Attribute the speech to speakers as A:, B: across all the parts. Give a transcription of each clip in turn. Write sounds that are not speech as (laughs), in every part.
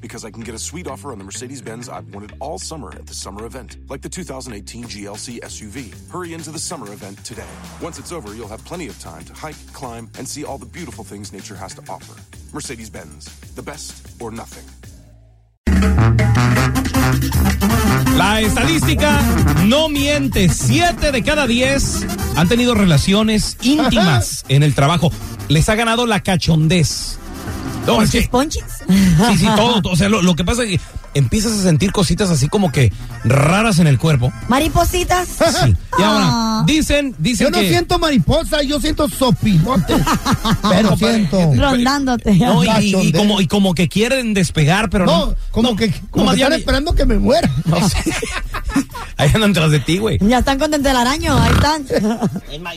A: Because I can get a sweet offer on the Mercedes Benz I've wanted all summer at the summer event, like the 2018 GLC SUV. Hurry into the summer event today. Once it's over, you'll have plenty of time to hike, climb, and see all the beautiful things nature has to offer. Mercedes Benz, the best or nothing.
B: La estadística no miente. Siete de cada diez han tenido relaciones íntimas en el trabajo. Les ha ganado la cachondez. No, es que- Sí, sí, todo. todo. O sea, lo, lo que pasa es que empiezas a sentir cositas así como que raras en el cuerpo.
C: Maripositas. Ah,
B: Sí. Y ahora, dicen, dicen
D: Ah. Yo no
B: que-
D: siento mariposa, yo siento sopilotes. pero
B: compadre,
D: siento.
B: fíjate, pero-
C: Rondándote.
B: No, y, y- y
D: Cachondez.
B: como, y como que quieren despegar, pero no.
D: No, como
B: no,
D: que, como
B: no,
D: que
B: ya
D: están
B: ni-
D: esperando que me muera.
B: no sé. (laughs) Ahí andan tras de ti, güey.
C: Ya están con telaraño, ahí
B: (laughs)
C: están.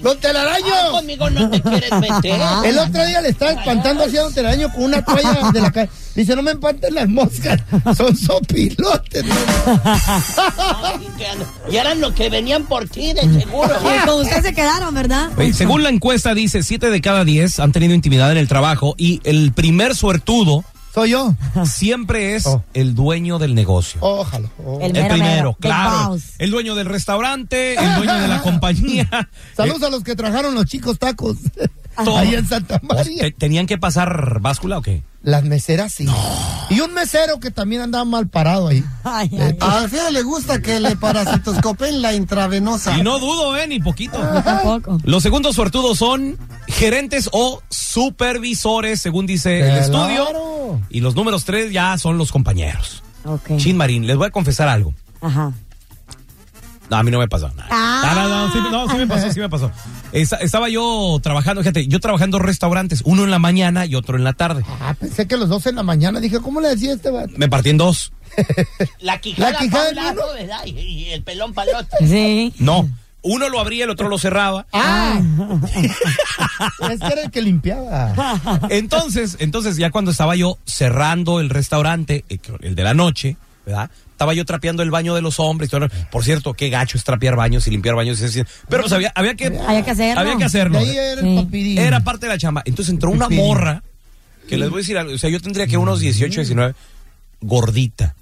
D: ¡Don Telaraño!
E: Conmigo no te quieres meter.
D: (laughs) El otro día le estaba espantando así a Don Telaraño con una toalla de la calle. Dice, no me espanten las moscas, son sopilotes.
E: Y eran los que venían por ti, de seguro.
C: Y con ustedes se quedaron, ¿verdad?
B: Oye, según la encuesta dice, siete de cada diez han tenido intimidad en el trabajo y el primer suertudo
D: Soy yo.
B: siempre es
D: Oh.
B: el dueño del negocio.
D: Ojalá. oh.
C: El-
B: El
C: mero,
B: primero,
C: mero, the
B: claro.
C: boss.
B: El dueño del restaurante, el dueño
C: (laughs)
B: de la compañía. Eh,
D: Saludos a los que trajeron los chicos tacos.
B: Todo.
D: Ahí en Santa
B: oh, ¿Te-
D: María.
B: ¿Tenían que pasar báscula o qué?
D: Las meseras sí. Y un mesero que también andaba mal parado ahí.
C: Ay, ay, ay.
F: (laughs) A Fea le gusta que le parasitoscopen la intravenosa.
B: Y no dudo, ¿eh? Ni poquito.
C: Tampoco.
B: Los segundos suertudos son gerentes o supervisores, según dice el estudio.
D: Claro.
B: Y los números tres ya son los compañeros.
C: Ok.
B: Chin Marín, les voy a confesar algo.
C: Ajá.
B: No, a mí no me pasó nada.
C: Ah.
B: No, no, no, sí, no, sí me pasó, sí me pasó. Esa- estaba yo trabajando, fíjate, yo trabajando en restaurantes, uno en la mañana y otro en la tarde.
D: Ah, pensé que los dos en la mañana. Dije, ¿cómo le decía este
B: (laughs)
D: vato?
B: Me partí en dos.
E: La quijada,
D: La quijada
E: pa'
D: en
E: un lado, ¿verdad? Y, y el pelón palote.
C: Sí.
B: No, uno lo abría, el otro lo cerraba.
D: Ah. este era el que
B: Ah,
D: limpiaba.
B: Entonces, entonces ya cuando estaba yo cerrando el restaurante, eh, que- el de la noche, ¿verdad? Estaba yo trapeando el baño de los hombres. todo lo- Por cierto, qué gacho es trapear baños y limpiar baños. y así. Pero pues había, había que,
C: Había que hacerlo.
B: Había que
D: De
B: hacerlo.
D: ahí eh, era el
C: Sí.
D: papidín.
B: Era parte de la chamba. Entonces entró una
D: Sí.
B: morra, que les voy a decir algo, o sea, yo tendría que unos 18, 19, gordita.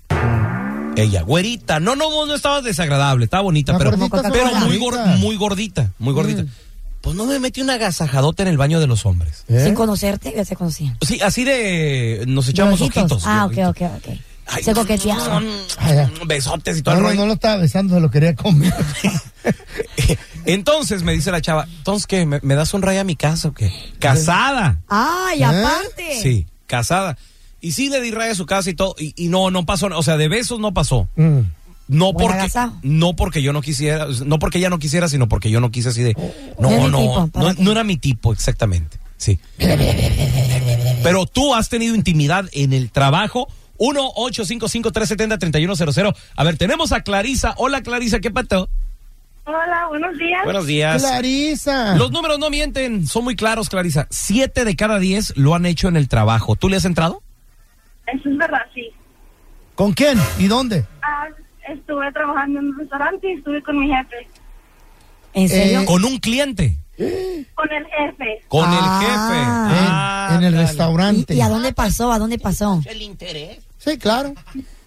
B: Ella, güerita. No, no, no, no estaba desagradable, estaba bonita,
D: Las
B: pero,
D: gorditas
B: pero
D: son
B: muy,
D: gorditas.
B: gor- muy gordita, muy gordita. Pues no me metí una agasajadota en el baño de los hombres.
D: ¿Eh?
C: Sin conocerte, ya se conocían.
B: Sí, así de nos echamos
C: De
B: ojitos.
C: Ah, ok,
B: de
C: ok,
B: ojitos.
C: ok.
B: Ay,
C: se coquetearon.
D: Ay, ya.
B: Besotes y todo
D: No,
B: el
D: no,
B: rollo.
D: no lo estaba besando, se lo quería comer.
B: (laughs) Entonces me dice la chava, entonces qué, ¿me, me das un rayo a mi casa o qué? Casada.
C: Ay,
D: ¿Eh?
C: aparte.
B: Sí, casada. Y sí le di raya a su casa y todo. Y, y no, no pasó. O sea, de besos no pasó.
D: Mm.
B: No
C: Buen
B: porque,
C: agasajo.
B: no porque yo no quisiera, no porque ella no quisiera, sino porque yo no quise así de. No,
C: Era
B: no,
C: mi tipo,
B: no,
C: para ti.
B: no era mi tipo, exactamente. Sí. Pero tú has tenido intimidad en el trabajo. 1-855-370-3100. A ver, tenemos a Clarisa. Hola, Clarisa, ¿qué pato?
G: Hola, buenos días.
B: Buenos días.
D: Clarisa.
B: Los números no mienten, son muy claros, Clarisa. Siete de cada diez lo han hecho en el trabajo. ¿Tú le has entrado?
G: Eso es verdad, sí.
D: ¿Con quién? ¿Y dónde?
G: Ah, estuve trabajando en un restaurante y estuve con mi jefe.
C: ¿En serio?
B: Con un cliente.
G: Con el jefe.
B: Con
C: Ah.
B: el jefe.
D: En-
B: Ah,
D: en el
B: ándale.
D: restaurante.
C: ¿Y a dónde pasó? ¿A dónde pasó?
H: El interés.
D: Sí, claro.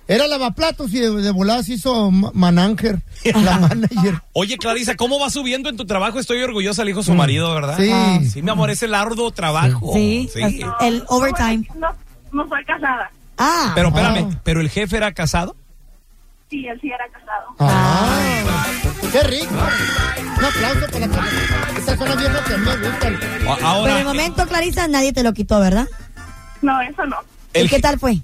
D: Era lavaplatos y de, de volada se hizo ma-
B: (laughs)
D: manager, la manager.
B: Oye, Clarisa, ¿cómo va subiendo en tu trabajo? Estoy orgullosa, le dijo
C: Mm.
B: su marido, ¿verdad?
D: Sí.
B: Ah, Sí, mi amor, es el arduo trabajo.
C: Sí, así- el overtime.
G: No, no soy casada.
C: Ah,
B: Pero espérame,
D: Ah.
B: ¿pero el jefe era casado?
G: Sí, él sí era casado.
D: Ah, ¡Qué rico! Un aplauso para la Estas son las viejas que me gustan.
B: A- Ah, Ahora,
C: pero el momento, Clarisa, nadie te lo quitó, ¿verdad?
G: No, eso no.
B: el
C: ¿Y qué
B: je-
C: tal fue?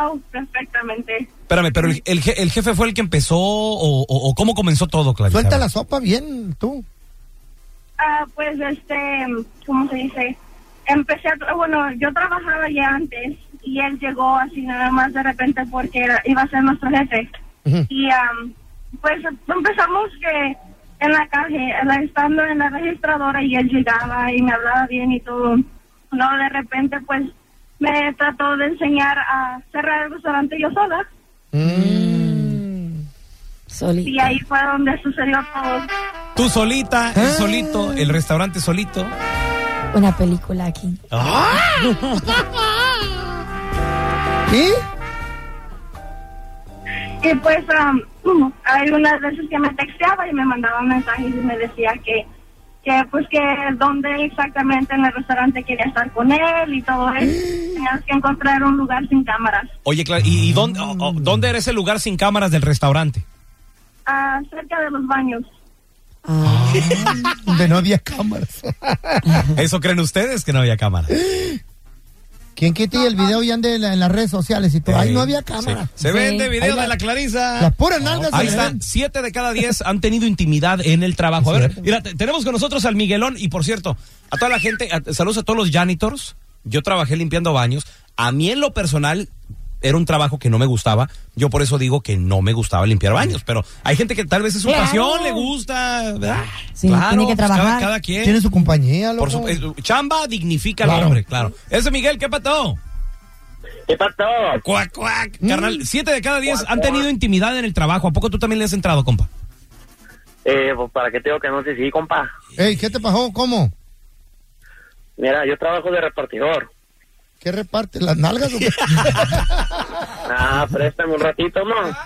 G: Oh, perfectamente.
B: espérame, ¿pero el, el je- el jefe fue el que empezó o, o- o cómo comenzó todo, Clarisa?
D: Suelta la sopa bien, tú.
G: Ah, pues este, ¿cómo se dice? Empecé a, tra- bueno, yo trabajaba ya antes y él llegó así nada más de repente porque era- iba a ser nuestro jefe.
D: Ujú.
G: Y am, pues empezamos que en la calle, en la- estando en la registradora y él llegaba y me hablaba bien y todo. No, de repente pues me trató de enseñar a cerrar el restaurante yo sola
C: Solita.
G: y ahí fue donde sucedió todo.
B: Tú solita,
C: Ah.
B: él solito, el restaurante solito.
C: Una película aquí.
D: ¿Y?
G: Y pues am, (clears throat) hay unas veces que me texteaba y me mandaba mensajes y me decía que, que pues que dónde exactamente en el restaurante quería estar con él y todo eso.
I: (gasps)
G: Tenías que encontrar un lugar sin cámaras.
B: Oye, Cla- ¿y, y dónde, o- o- dónde era ese lugar sin cámaras del
C: (laughs)
B: restaurante?
G: Ah, cerca de los baños.
D: Donde no había cámaras.
B: ¿Eso creen ustedes que no había cámaras?
D: ¿Quién quita y el video ya ande en, la- en las redes sociales y todo? Ahí no había
B: Sí.
D: cámaras.
B: Se vende video
D: Ahí la-
B: de la Clarisa.
D: Las puras nalgas.
B: Ahí
D: se le
B: está,
D: ven.
B: siete de cada diez han tenido intimidad en el trabajo. A ver, mira, te- tenemos con nosotros al Miguelón y por cierto, a toda la gente, a- saludos a todos los janitors. Yo trabajé limpiando baños. A mí en lo personal era un trabajo que no me gustaba. Yo por eso digo que no me gustaba limpiar baños, pero hay gente que tal vez es su
C: Claro.
B: pasión, le gusta. ¿verdad?
D: Ah,
C: Sí, tiene que
B: pues, Cada,
C: trabajar.
B: cada quien.
D: Tiene su compañía, loco.
B: Por su- eh, chamba dignifica al
D: Claro.
B: hombre, claro. Ese Miguel, ¿qué pató?
J: ¿Qué pasó?
B: Cuac, cuac. Carnal, siete de cada diez han tenido intimidad en el trabajo. ¿A poco tú también le has entrado, compa?
J: Eh, pues para qué tengo que no sé si, compa.
D: Ey, ¿qué te pasó? ¿Cómo?
J: Mira, yo trabajo de repartidor.
D: ¿Qué reparte? ¿Las nalgas
B: (laughs)
D: o qué?
J: Ah, préstame un ratito,
E: (laughs)
J: no.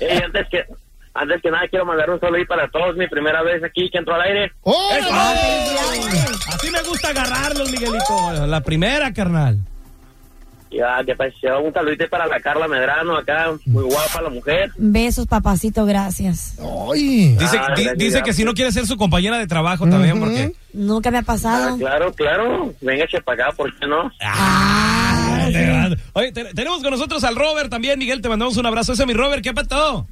J: Eh, antes que antes que nada quiero mandar un saludo para todos. Mi primera vez aquí que entro al aire.
D: ¡Órale!
B: Ah, Así me gusta agarrarlos, Miguelito. La primera, carnal.
J: Y ah, que pasó, un saludito para la Carla Medrano acá, muy guapa la mujer.
C: Besos, papacito, gracias.
D: ¡Ay!
B: Dice,
J: Ah,
B: di-
J: gracias,
B: dice que
J: gracias.
B: si no quiere ser su compañera de trabajo también, porque.
C: Nunca me ha
J: Ah,
C: pasado.
J: claro, claro. Venga, para acá, ¿por qué no?
B: Ah, de verdad. Oye, te- tenemos con nosotros al Robert también, Miguel. Te mandamos un abrazo. Ese es mi Robert, ¿qué pato?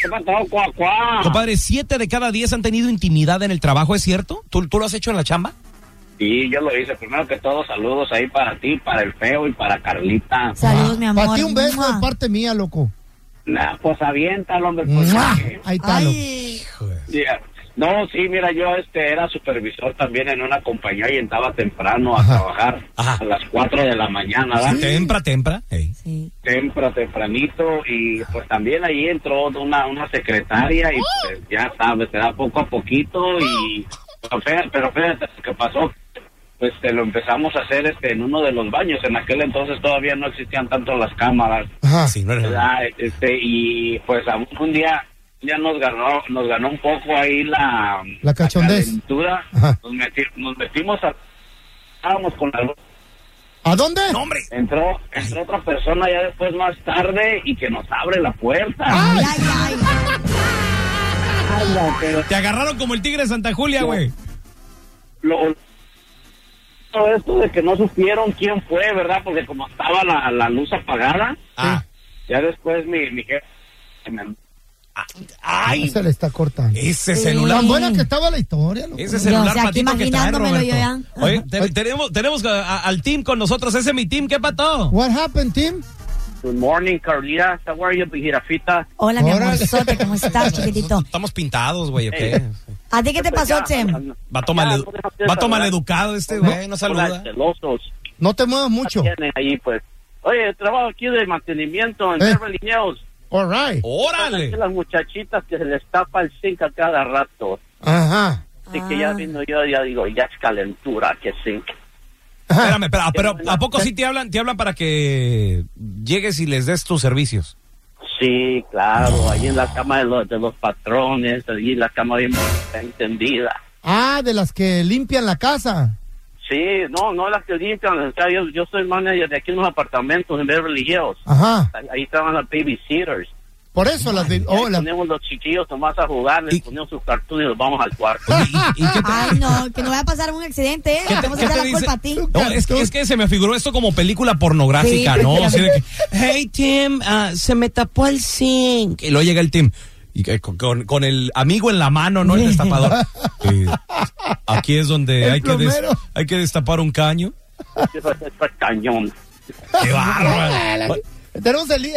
J: ¿Qué pasó, cuá, cuá?
B: Compadre, siete de cada diez han tenido intimidad en el trabajo, ¿es cierto? ¿Tú, tú lo has hecho en la chamba?
J: Sí, yo lo hice. Primero que todo, saludos ahí para ti, para el feo y para Carlita.
C: Saludos, mi amor.
D: Para ti un beso
C: Mua.
D: de parte mía, loco.
J: Nah, pues aviéntalo, hombre.
B: Pues
D: ¡Mua! Ahí está, loco.
C: Ay,
J: Ya. No, sí, mira, yo este era supervisor también en una compañía y entraba temprano a
D: Ajá.
J: trabajar
B: Ajá.
J: a las 4 de la mañana, ¿verdad?
B: Tempra, tempra. Ey.
C: sí.
J: Tempra, tempranito y pues también ahí entró una, una secretaria y pues ya sabes, te da poco a poquito y... Pero fíjate, pero fíjate lo que pasó. Pues te lo empezamos a hacer este en uno de los baños. En aquel entonces todavía no existían tanto las cámaras.
D: Ajá.
B: Sí, no eres-
J: ¿verdad? Este, y pues a- un día ya nos ganó nos ganó un poco ahí la
D: La cachondez.
J: calentura.
D: Ajá.
J: nos, meti- nos metimos a estábamos con la
D: ¿A dónde?
B: No, hombre.
J: entró entró otra persona ya después más tarde y que nos abre la puerta
C: Ay, ay, ay.
J: Ala, pero
B: Te agarraron como el tigre de Santa Julia, güey.
J: lo- todo esto de que no supieron quién fue verdad porque como estaba la, la luz apagada
B: Ah.
J: ya después mi mi jefe me-
B: Ay,
D: Se le está cortando.
B: ese celular.
D: Tan buena que estaba la historia, loco.
B: Ese celular
C: o sea, aquí
B: patito que trae,
C: imaginándomelo yo
B: Roberto.
C: ya.
B: Oye, te- tenemos, tenemos a- a- al team con nosotros. Ese es mi team, ¿qué pato?
D: What happened, team?
J: Good morning, Carlita. How are you, Jirafita?
C: Hola, mi
D: Órale.
C: amorzote, ¿cómo estás, chiquitito?
B: Estamos pintados, güey, ¿o qué?
J: Eh.
C: ¿A ti qué te pasó,
J: Pues
C: Xem?
B: Va a tomar,
J: Ya, pues, no
B: va a tomar
J: saludar.
B: educado este güey, no
J: Hola,
B: saluda.
J: celosos.
D: No te muevas mucho.
J: Tienen ahí, pues. Oye, trabajo aquí de mantenimiento en
D: Eh.
J: Beverly Hills.
D: All right.
J: Son
B: ¡Órale!
J: aquí Las muchachitas que se les tapa el zinc a cada rato.
D: Ajá.
K: Así que
C: Ah.
K: ya vino yo, ya digo, ya es calentura, que sí.
B: Espérame, espera, pero ¿a poco sí te hablan, te hablan para que llegues y les des tus
C: (laughs)
B: servicios?
K: Sí, claro, ahí en la cama de los, de los patrones, allí en la cama bien entendida.
D: Ah, de las que limpian la casa.
K: Sí, no, no las que limpian, o sea, yo, yo soy manager de aquí en unos apartamentos en Beverly Hills.
D: Ajá.
K: Ahí, ahí estaban las babysitters.
D: Por eso las de...
K: Ahí
D: Oh, la-
K: ponemos los chiquillos nomás a jugar, les ponemos sus cartones y los vamos al cuarto.
B: Ah.
C: Ay, no, que no vaya a pasar un accidente, ¿eh?
B: ¿Qué
C: Vamos a echar
B: te
C: la
B: dice?
C: culpa a ti.
B: No, eh. es que, es que se me figuró esto como película pornográfica,
C: Sí. (laughs)
B: ¿no? Así de que, hey Tim, ah, se me tapó el zinc. Y luego llega el Tim. Y que con, con- con el amigo en la mano, ¿no? El destapador.
C: (laughs)
B: Y aquí es donde
D: El
B: hay que, des-
D: plomero.
B: hay que destapar un caño.
K: Eso es- eso es cañón.
C: (laughs)
B: ¡Qué bárbaro!
D: Tenemos a, Eli-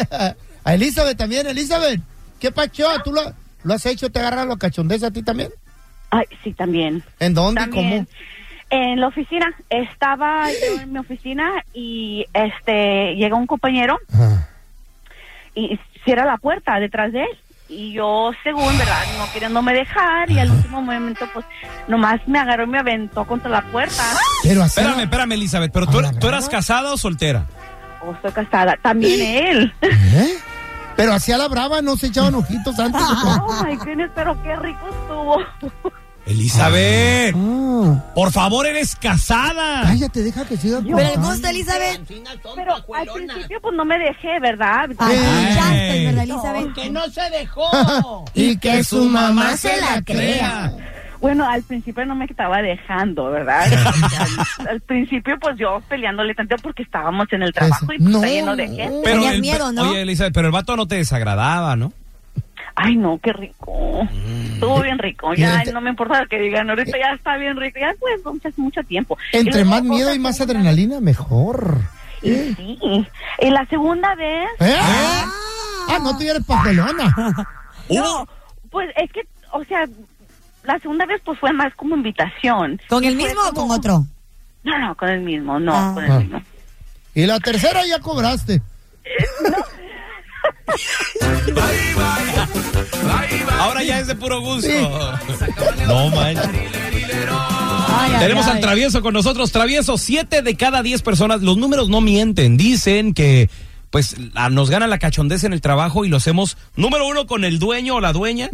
D: a Elizabeth también. Elizabeth, ¿qué pacho? Ah, ¿Tú lo, lo has hecho? ¿Te agarran los cachondes a ti también?
I: Ay, sí, también.
D: ¿En dónde?
I: También.
D: ¿Cómo?
I: En la oficina, estaba yo en mi oficina y este llega un compañero y cierra la puerta detrás de él. Y yo, según, ¿verdad? No queriéndome dejar y al último momento, pues, nomás me agarró y me aventó contra la puerta.
D: Pero
B: Espérame, espérame, Elizabeth. ¿Pero tú, er- tú eras casada o soltera?
I: Oh, estoy casada. También él.
D: ¿Eh? Pero hacía la brava, no se echaban ojitos
I: (laughs)
D: antes.
I: Oh, my goodness, pero qué rico estuvo.
B: Elizabeth,
D: Ah,
B: por favor, eres casada.
D: cállate, deja que siga.
C: Pero el
D: contando.
C: gusto, Elizabeth.
I: Pero al principio, pues, no me dejé, ¿verdad?
C: Ay,
B: Ay.
C: chances, ¿verdad, Elizabeth?
E: Que no se dejó.
D: Y que su mamá se la
I: Bueno, al principio no me estaba dejando,
D: (laughs)
I: ¿verdad? al, al principio, pues yo peleándole tanto porque estábamos en el trabajo y pues,
D: No.
I: está lleno de gente.
B: Pero
C: Tenías
B: el-
C: miedo, ¿no?
B: Oye, Elizabeth, pero el vato no te desagradaba, ¿no?
I: Ay, no, qué rico.
D: Mm.
I: Estuvo bien rico. Ya ay, no me importa lo que digan. Ahorita ya está bien rico. Ya pues, mucho, mucho tiempo.
D: Eh. Entre
I: Y luego
D: más miedo
I: otra
D: y más
I: segunda-
D: adrenalina, mejor.
I: Y sí. Y la segunda vez,
D: ¿Eh? Ah, no, tú ya eres
I: (laughs)
D: papelona.
I: no, pues es que, o sea, la segunda vez pues fue más como invitación.
C: ¿Con el
I: Fue
C: mismo o
I: como-
C: con otro?
I: No, no, con el mismo, no,
C: Ah.
I: con el mismo.
D: Y la tercera ya cobraste.
B: Ahora ya es de puro gusto. No manches.
C: Ay, ay,
B: Tenemos
C: ay.
B: al travieso con nosotros. Travieso, siete de cada diez personas. Los números no mienten. Dicen que pues la- nos gana la cachondez en el trabajo y lo hacemos número uno con el dueño o la dueña,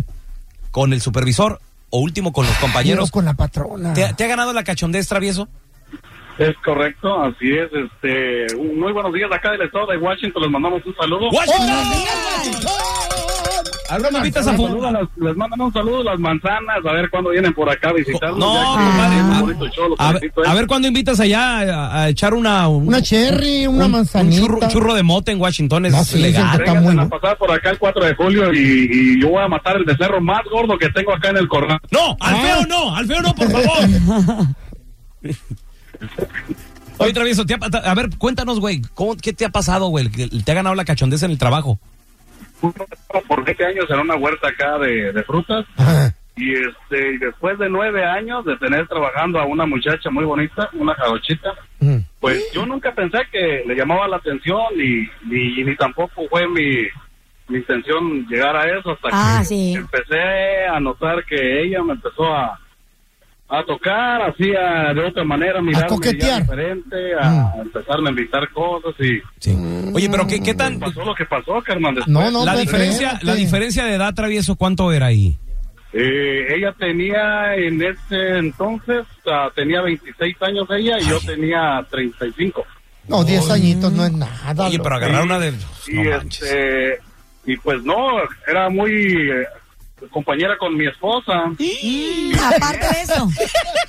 B: con el supervisor o último con los compañeros.
D: Quiero con la patrona.
B: ¿Te, te ha ganado la cachondez, travieso?
K: Es correcto, así es. Este, muy buenos días acá del estado de Washington, les mandamos un saludo.
B: ¿Ahora me invitas a
K: Saluda Oh, a
B: fumar?
K: las- les mandan un saludo a las manzanas, a ver cuándo vienen por acá a visitarnos.
B: No,
K: ya que
B: compadre.
K: es un
B: A-
K: bonito show, los
B: A, ver-
K: felicito, eh.
B: a ver cuándo invitas allá a, a echar una... un-
D: Una cherry, una
B: un- un
D: manzanita.
B: churro, un churro de mote en Washington es
D: No, sí,
B: legal.
D: está
K: Vénganse
D: muy
K: a
D: bueno.
K: pasar por acá el 4 de julio y, y yo voy a matar el becerro más gordo que tengo acá en el corral.
B: No, al
D: Ah.
B: feo no, al feo no, por favor.
D: (laughs)
B: Oye, travieso, te ha pa- a ver, cuéntanos, güey, ¿cómo- ¿qué te ha pasado, güey? que ¿Te ha ganado la cachondez en el trabajo?
K: Por 20 años en una huerta acá de, de frutas.
D: Ah,
K: Y este, y después de nueve años de tener trabajando a una muchacha muy bonita, una jarochita,
D: mm.
K: pues yo nunca pensé que le llamaba la atención y ni, ni tampoco fue mi, mi intención llegar a eso hasta
C: Ah,
K: que
C: sí.
K: empecé a notar que ella me empezó a, a tocar así a- de otra manera, mirarme ya
D: coquetear.
K: diferente, a empezarme a invitar cosas y
B: Sí. Oye, pero ¿qué, qué tan...?
K: pasó lo que pasó, Carmen.
D: No, no,
B: la,
D: hombre,
B: diferencia,
D: espérate.
B: la diferencia de edad, travieso, ¿cuánto era ahí?
K: Eh, ella tenía en ese entonces, ah, tenía 26 años ella y yo tenía 35.
D: No, 10 añitos no es nada.
B: Oye, pero
D: loco.
B: agarrar una de...
K: Y,
B: No manches.
K: este, y pues no, era muy eh, compañera con mi esposa.
C: Mm, aparte de eso,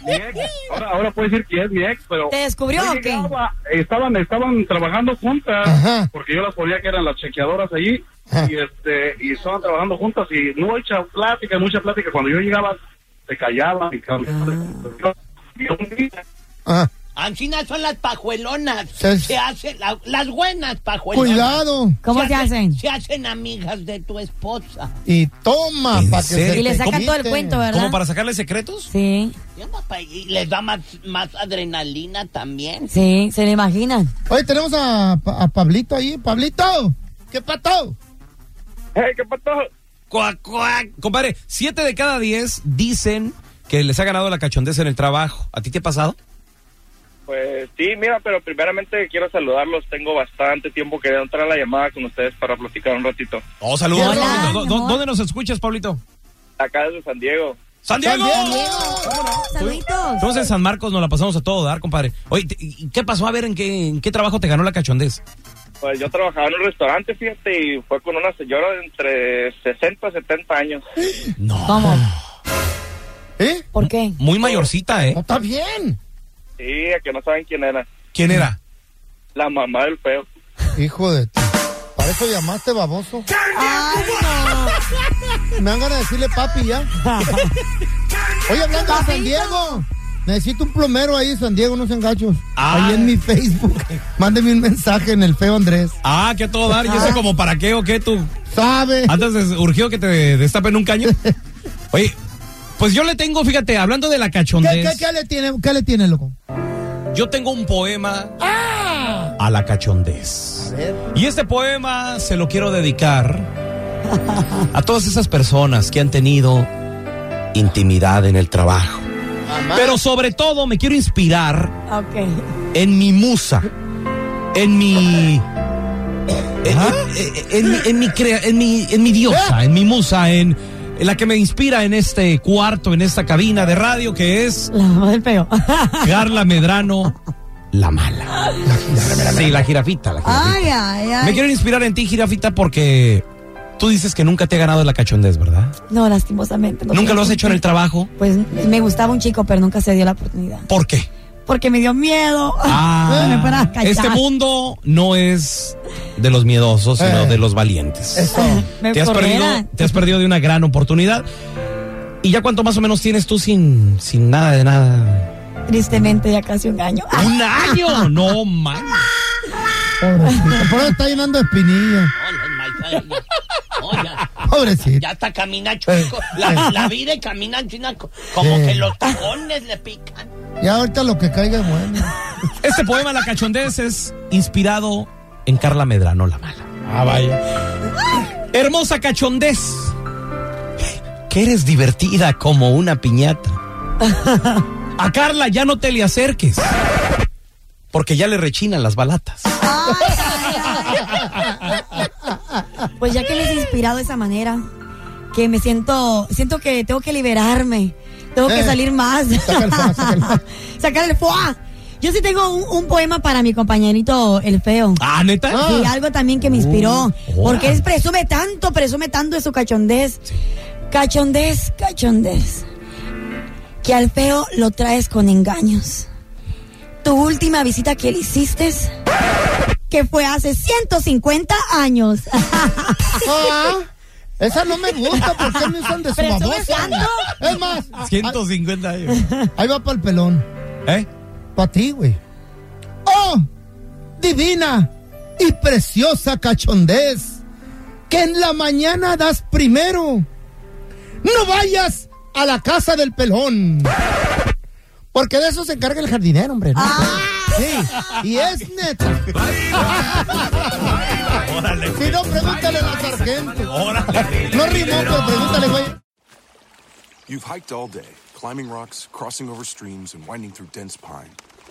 K: mi ex. Ahora, ahora puedo decir que es mi ex, pero...
C: ¿te descubrió
K: yo
C: o qué?
K: llegaba, Ah, estaban, estaban trabajando juntas,
D: Ajá.
K: porque yo las podía que eran las chequeadoras allí,
D: Ajá.
K: y este y estaban trabajando juntas, y mucha plática, mucha plática. Cuando yo llegaba, se callaban y cambiaban de conversación. Y un día,
D: Ah,
E: Ancina son las pajuelonas.
D: Sí.
E: Se hacen la- las buenas pajuelonas.
D: cuidado.
C: ¿Cómo se hacen?
E: Se hacen amigas de tu esposa.
D: Y toma,
B: ¿En
D: para que
B: serio?
D: se
C: Y le
D: te
C: sacan todo el
D: quite.
C: cuento, ¿verdad?
B: ¿Como para sacarle secretos?
C: Sí,
E: Ya, papá, Y les da más, más adrenalina también.
C: sí, se lo imaginan.
D: Oye, tenemos a, Pa- a Pablito ahí. Pablito, ¿qué pato?
K: ¡Hey, qué pasó!
B: Cuac, cuac. Compadre, siete de cada diez dicen que les ha ganado la cachondez en el trabajo. ¿A ti te ha pasado?
L: Pues sí, mira, pero primeramente quiero saludarlos. Tengo bastante tiempo queriendo entrar a la llamada con ustedes para platicar un ratito.
B: Oh, saludos. Pablito. ¿Dó- dó- ¿Dónde nos escuchas, Pablito?
L: Acá desde San Diego.
B: ¡San Diego!
C: Saluditos.
B: Entonces en San Marcos nos la pasamos a todo dar, compadre. Oye, te- ¿y ¿qué pasó? A ver, ¿en qué, en qué trabajo te ganó la cachondez?
L: Pues yo trabajaba en un restaurante, fíjate, y fue con una señora de entre 60 y 70 años.
C: ¿Cómo?
D: ¿Eh?
C: ¿Por qué?
B: Muy mayorcita, ¿eh?
D: está bien.
L: Sí, a que no saben quién era.
B: ¿Quién era?
L: La mamá del feo.
D: Hijo de... t- Para eso llamaste baboso.
C: Ay, no.
D: Me dan ganas de decirle papi ya. Oye, hablando de San Diego. Necesito un plomero ahí, San Diego, unos engachos. Ahí en mi Facebook. Mándeme un mensaje en el feo Andrés.
B: Ah, que a todo dar. ¿Y eso como para qué o qué tú?
D: ¿Sabe?
B: ¿Antes de- urgió que te destapen un caño? Oye, pues yo le tengo, fíjate, hablando de la
D: ¿Qué,
B: cachondez,
D: qué- qué le tiene, qué le tiene, loco?
B: yo tengo un poema a la cachondez. Y este poema se lo quiero dedicar a todas esas personas que han tenido intimidad en el trabajo. Pero sobre todo me quiero inspirar
C: Ok.
B: en mi musa, en mi... En, en- en mi- en mi, crea- en, mi, en mi diosa, en mi musa, en, en la que me inspira en este cuarto, en esta cabina de radio que es
C: La mamá del peo.
B: Carla Medrano, la mala. Sí, la jirafita, la jirafita.
C: (laughs) Ay, ay,
B: Me
C: ay.
B: quiero inspirar en ti, jirafita, porque tú dices que nunca te ha ganado la cachondez, ¿verdad?
C: No, lastimosamente. no
B: nunca
C: tengo
B: lo has
C: con
B: hecho en el
C: quién.
B: trabajo.
C: Pues me gustaba un chico, pero nunca se dio la oportunidad.
B: ¿Por
C: (laughs)
B: qué?
C: Porque me dio miedo. (laughs) me fuera a cachar.
B: este mundo no es de los miedosos, sino
D: Eh.
B: de los valientes.
C: Me
B: Te has, perdido,
C: corrieran.
B: te has perdido de una gran oportunidad. ¿Y ya cuánto más o menos tienes tú sin, sin nada de nada?
C: Tristemente, ya casi un año.
B: ¡Un
C: (laughs)
B: año! ¡No, man!
D: Pobrecito. Por eso está llenando de espinilla. Pobrecito.
E: Ya hasta camina chueco. La, la vida y camina china co- como
D: Sí.
E: que los tacones le pican.
D: Ya ahorita lo que caiga es bueno.
B: Este poema, La Cachondez, es inspirado en Carla Medrano, la mala.
D: Ah, vaya.
B: Hermosa cachondez. Que eres divertida como una piñata. A Carla ya no te le acerques. Porque ya le rechinan las balatas.
C: (laughs) Pues ya que les he inspirado de esa manera, que me siento, siento que tengo que liberarme, tengo que
D: Eh,
C: salir más.
D: saca el fuá, saca
C: (laughs)
D: el fuá.
C: Sacar el fuá. Yo sí tengo un, un poema para mi compañerito el feo.
B: Ah, neta.
C: Y algo también que me inspiró.
B: Oh,
C: porque
B: órale.
C: él presume tanto, presume tanto de su cachondez. Cachondez, cachondez. Que al feo lo traes con engaños. Tu última visita que le hiciste, que fue hace 150 años. (laughs)
D: Ah, esa no me gusta. ¿Por qué me usan de su
C: Presume
D: babosa?
C: tanto.
D: Es más,
B: 150 años.
D: ahí va para el pelón.
B: ¿Eh?
D: Para ti, güey. Oh, divina y preciosa cachondez, que en la mañana das primero. No vayas a la casa del pelón. Porque de eso se encarga el jardinero, hombre. ¿no? Sí, y es neta.
B: Órale,
D: Si no, pregúntale a la sargento. No rimó, pero pregúntale, güey.
A: You've hiked all day, climbing rocks, crossing over streams, and winding through dense pine.